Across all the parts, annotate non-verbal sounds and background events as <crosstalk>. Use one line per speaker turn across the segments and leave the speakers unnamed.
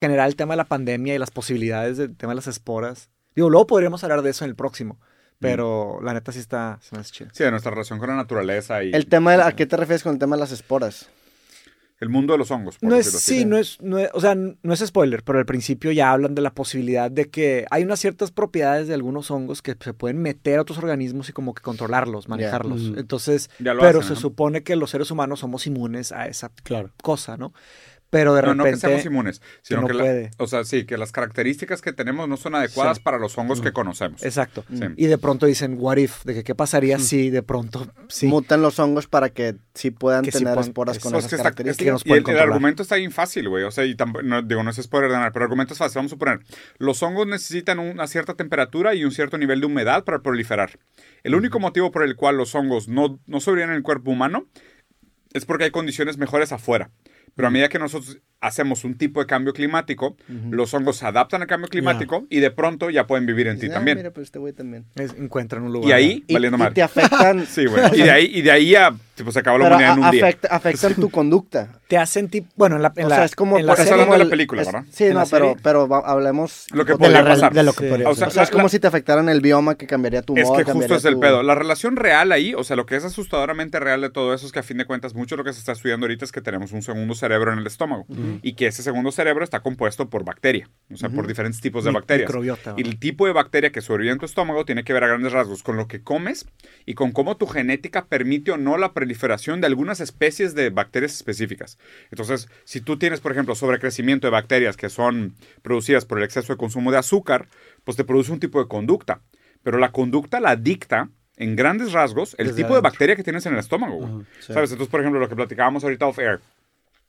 general el tema de la pandemia y las posibilidades del tema de las esporas. Digo, luego podríamos hablar de eso en el próximo,
Mm.
pero la neta sí está, se me hace chido.
Sí, de nuestra relación con la naturaleza y...
El tema, de la- ¿a qué te refieres con el tema de las esporas?
El mundo de los hongos, por
No es,
decirlo así.
sí, no es, no es- o sea, no es spoiler, pero al principio ya hablan de la posibilidad de que hay unas ciertas propiedades de algunos hongos que se pueden meter a otros organismos y como que controlarlos, manejarlos.
Mm.
Entonces,
Ya lo
pero
hacen,
se
¿no?
supone que los seres humanos somos inmunes a esa
Claro.
cosa, ¿no? Pero de
No, no que
repente,
seamos inmunes, sino
no
que, la-
puede.
o sea, sí, que las características que tenemos no son adecuadas para los hongos que conocemos.
exacto.
Sí. Mm.
Y de pronto dicen, what if, de que qué pasaría si de pronto, sí.
Mutan los hongos para que sí puedan
Que sí
tener
pon-
esporas con
eso
Pues
esas
que está-
características.
es que nos
y el-
pueden
el,
controlar.
argumento está bien fácil, güey. O sea, y tampo- no, digo, no es spoiler de nada, pero el argumento es fácil. Vamos a suponer, los hongos necesitan una cierta temperatura y un cierto nivel de humedad para proliferar. El único motivo por el cual los hongos no, no sobreviven en el cuerpo humano es porque hay condiciones mejores afuera. Pero a medida que nosotros hacemos un tipo de cambio climático, los hongos se adaptan al cambio climático y de pronto ya pueden vivir en ti
Dicen, "Ah,
también.
mira, pues este güey también.
Es- encuentran un lugar.
y ahí,
Y,
valiendo
y
mal.
te
<laughs>
afectan,
Sí, güey. Y de ahí, y de ahí a, tipo, se acabó la
pero
humanidad en
a-
un día.
afecta-
<laughs>
afectan tu conducta.
te hacen tipo, bueno, en la, en
O
la-
sea, es como...
en la
por
Estás
serie-
hablando de la
ejemplo,
película,
es-
¿verdad?
Sí,
En
no,
la
pero,
serie.
pero va- hablemos...
Lo que
de
podría
la real-
pasar.
De lo que
Sí.
podría
O
pasar.
sea,
O sea, es
la-
como si te afectaran el bioma, que cambiaría tu
Es
humor,
que justo
cambiaría
es el
tu-
pedo. La relación real ahí, o sea, lo que es asustadoramente real de todo eso es que a fin de cuentas mucho de lo que se está estudiando ahorita es que tenemos un segundo cerebro en el estómago y que ese segundo cerebro está compuesto por bacteria, o sea, por diferentes tipos de
Mi-
bacterias.
microbiota,
Y
¿no?
el tipo de bacteria que sobrevive en tu estómago tiene que ver a grandes rasgos con lo que comes y con cómo tu genética permite o no la proliferación de algunas especies de bacterias específicas. Entonces, si tú tienes, por ejemplo, sobrecrecimiento de bacterias que son producidas por el exceso de consumo de azúcar, pues te produce un tipo de conducta. Pero la conducta la dicta, en grandes rasgos, el
Desde
tipo de
adentro.
bacteria que tienes en el estómago. güey. ¿Sabes? Entonces, por ejemplo, lo que platicábamos ahorita off-air,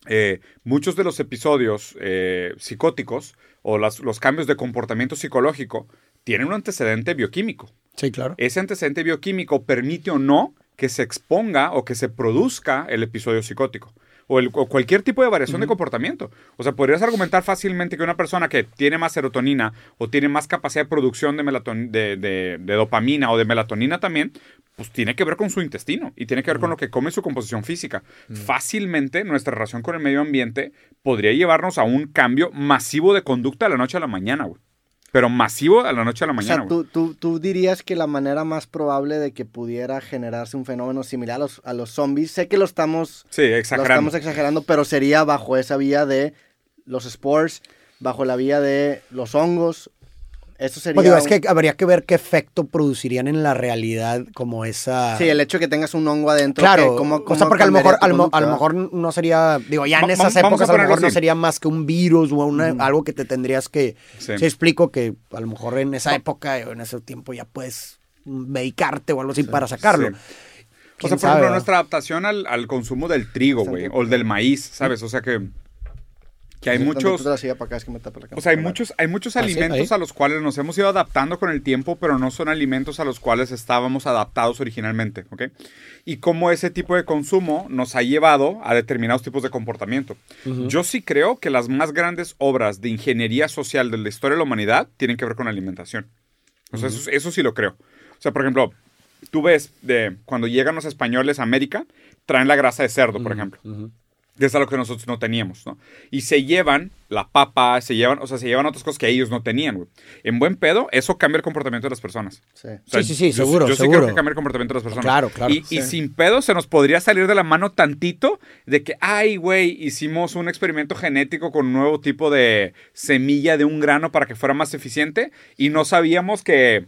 eh, muchos de los episodios eh, psicóticos o las- los cambios de comportamiento psicológico tienen un antecedente bioquímico.
Sí, claro.
Ese antecedente bioquímico permite o no que se exponga o que se produzca el episodio psicótico. O, el- o cualquier tipo de variación de comportamiento. O sea, podrías argumentar fácilmente que una persona que tiene más serotonina o tiene más capacidad de producción de, melaton- de, de- de dopamina o de melatonina también, pues tiene que ver con su intestino y tiene que ver con lo que come y su composición física. Fácilmente nuestra relación con el medio ambiente podría llevarnos a un cambio masivo de conducta de la noche a la mañana, güey. Pero masivo a la noche a la
O
mañana.
sea,
güey.
tú, tú, tú dirías que la manera más probable de que pudiera generarse un fenómeno similar a los, a los zombies, sé que lo estamos,
Sí,
lo
exagerando.
estamos exagerando, pero sería bajo esa vía de los spores, bajo la vía de los hongos. Eso sería.
Pues digo, es
un-
que habría que ver qué efecto producirían en la realidad como esa...
Sí, el hecho de que tengas un hongo adentro.
Claro,
que cómo-
o
cómo
sea, porque a lo
cambiaría
mejor,
tu
a lo, mo-
conducta,
a lo
¿verdad?
mejor no sería, digo, ya en
Va-
esas
vamos- vamos
épocas
a
a, lo
ponerlo
mejor no
así.
sería más que un virus o una, algo que te tendrías que,
Sí.
se explico que a lo mejor en esa época o en ese tiempo ya puedes medicarte o algo así para sacarlo.
sí. O sea, por
¿Quién sabe, ah?
ejemplo,
verdad?
nuestra adaptación al, al consumo del trigo, güey, o el del maíz, ¿sabes? O sea que, que hay
Tantito
muchos...
te la silla para acá, es que me tapa la
O sea, hay
cámara.
muchos, hay muchos
Ah, sí,
alimentos
ahí.
a los cuales nos hemos ido adaptando con el tiempo, pero no son alimentos a los cuales estábamos adaptados originalmente, ¿ok? Y cómo ese tipo de consumo nos ha llevado a determinados tipos de comportamiento. Yo sí creo que las más grandes obras de ingeniería social de la historia de la humanidad tienen que ver con la alimentación. O sea, eso, eso sí lo creo. O sea, por ejemplo, tú ves de cuando llegan los españoles a América, traen la grasa de cerdo, por ejemplo. Que es algo que nosotros no teníamos, ¿no? Y se llevan la papa, se llevan, o sea, se llevan otras cosas que ellos no tenían, güey. En buen pedo, eso cambia el comportamiento de las personas.
Sí.
O sea,
Sí, sí, sí,
yo
seguro,
Yo sí
seguro.
creo que cambia el comportamiento de las personas.
Claro, claro,
Y, y sin pedo se nos podría salir de la mano tantito de que, ay, güey, hicimos un experimento genético con un nuevo tipo de semilla de un grano para que fuera más eficiente y no sabíamos que,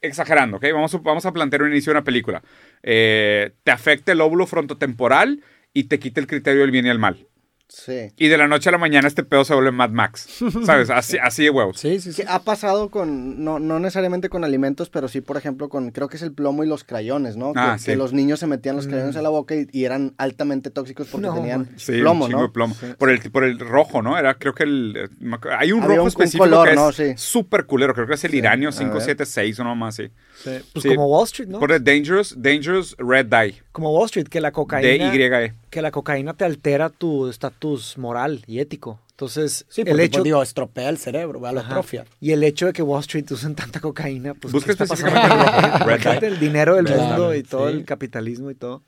exagerando, ¿ok? Vamos, a- vamos a plantear un inicio de una película. Eh, te afecta el óvulo frontotemporal y te quita el criterio del bien y el mal.
Sí.
Y de la noche a la mañana este pedo se vuelve Mad Max.
<laughs>
¿Sabes? Así, así de huevos.
Sí, sí, sí.
Que ha pasado con, no, no necesariamente con alimentos, pero sí, por ejemplo, con, creo que es el plomo y los crayones, ¿no? Que-
Ah,
que,
sí.
los niños se metían los crayones
Mm.
a la boca y, y eran altamente tóxicos porque
No,
tenían
man.
Sí, un
plomo,
chingo
¿no?
de plomo. Por, el, por el rojo, ¿no? Era, creo que el. eh, me acu- Hay un
Había
rojo
un- un
específico
color,
que
¿no? Sí.
es súper culero. Creo que es el iranio
a
576 o no más, sí.
Pues
Sí.
como Wall Street, ¿no?
Por el Dangerous, Dangerous Red Dye. E.
Como Wall Street, que la cocaína...
D-Y-E.
que la cocaína te altera tu estatus moral y ético. Entonces,
Sí,
el
porque,
hecho...
pues, digo, estropea el cerebro, va a la
Ajá.
atrofia.
Y el hecho de que Wall Street usen tanta cocaína, pues
Busca
¿qué está <laughs>
específicamente
pasando?
el rojo, ¿eh? Red
Imagínate
Dye.
el dinero del
Claro,
mundo y todo
sí.
el capitalismo y todo.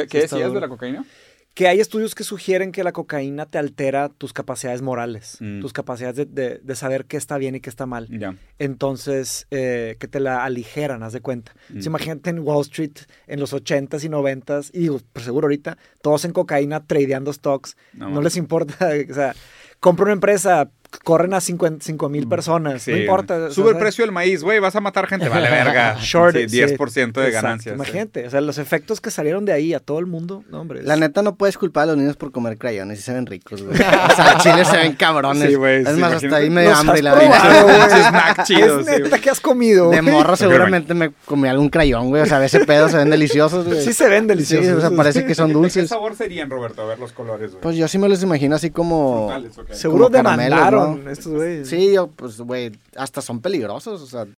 qué Sí, está decías
decías
duro.
de
de
la
la
cocaína?
Que hay estudios que sugieren que la cocaína te altera tus capacidades morales,
Mm.
tus capacidades de, de- de saber qué está bien y qué está mal.
Ya.
Entonces, eh, que te la aligeran, haz de cuenta.
Mm.
Si imagínate en Wall Street en los 80s y 90s, y digo, pues seguro ahorita, todos en cocaína tradeando stocks,
No
no,
mames.
les importa, <laughs> o sea, compra una empresa, corren a 5 mil personas,
Mm, Sí.
no importa. o sea,
Sube el
¿sabes?
precio del maíz, güey, vas a matar gente, vale verga.
<laughs> Short,
Sí,
sí.
10% de
Exacto,
ganancias. sí.
Imagínate, o sea, los efectos que salieron de ahí a todo el mundo, no, hombre. es-
La neta no puedes culpar a los niños por comer crayones y se ven ricos, güey. O sea, chiles se ven cabrones.
Sí, güey,
es
sí,
más,
imagínate.
hasta ahí me
Los
dio hambre
has
y la
<laughs>
probado,
verdad.
güey.
Pinche snack chido,
es
sí,
neta que has comido.
De
güey.
morro
Ok,
seguramente me comí algún crayón, güey. O sea, ese pedo se ven deliciosos, güey.
Sí se ven
Sí,
deliciosos.
o sea, parece que son
¿De qué
dulces.
sabor serían, Roberto? A ver los colores, güey.
Pues yo sí me los imagino así como...
Frutales, ok.
Seguro
como caramelos,
demandaron estos güeyes.
Sí, yo, pues, güey, hasta son peligrosos, o sea,